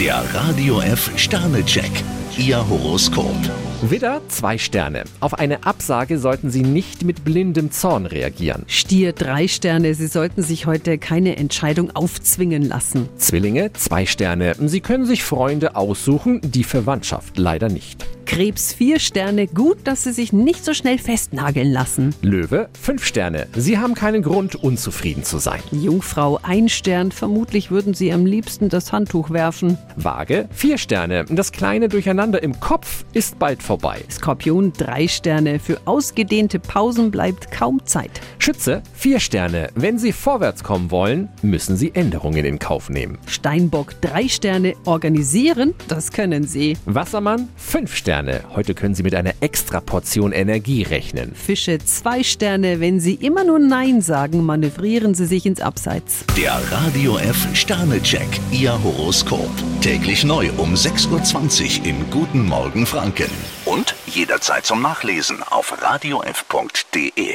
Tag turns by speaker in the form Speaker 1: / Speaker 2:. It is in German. Speaker 1: Der Radio F Sternecheck, Ihr Horoskop.
Speaker 2: Widder, zwei Sterne. Auf eine Absage sollten Sie nicht mit blindem Zorn reagieren.
Speaker 3: Stier drei Sterne, Sie sollten sich heute keine Entscheidung aufzwingen lassen.
Speaker 2: Zwillinge, zwei Sterne. Sie können sich Freunde aussuchen, die Verwandtschaft leider nicht.
Speaker 3: Krebs vier Sterne, gut, dass Sie sich nicht so schnell festnageln lassen.
Speaker 2: Löwe, fünf Sterne. Sie haben keinen Grund, unzufrieden zu sein.
Speaker 3: Jungfrau ein Stern, vermutlich würden Sie am liebsten das Handtuch werfen.
Speaker 2: Waage, vier Sterne. Das kleine Durcheinander im Kopf ist bald vorbei.
Speaker 3: Skorpion drei Sterne, für ausgedehnte Pausen bleibt kaum Zeit.
Speaker 2: Schütze, vier Sterne. Wenn Sie vorwärts kommen wollen, müssen Sie Änderungen in Kauf nehmen.
Speaker 3: Steinbock drei Sterne, organisieren, das können Sie.
Speaker 2: Wassermann, fünf Sterne. Heute können Sie mit einer extra Portion Energie rechnen.
Speaker 3: Fische zwei Sterne, wenn Sie immer nur Nein sagen, manövrieren Sie sich ins Abseits.
Speaker 1: Der Radio F Sternecheck, Ihr Horoskop. Täglich neu um 6.20 Uhr im Guten Morgen Franken. Und jederzeit zum Nachlesen auf radiof.de.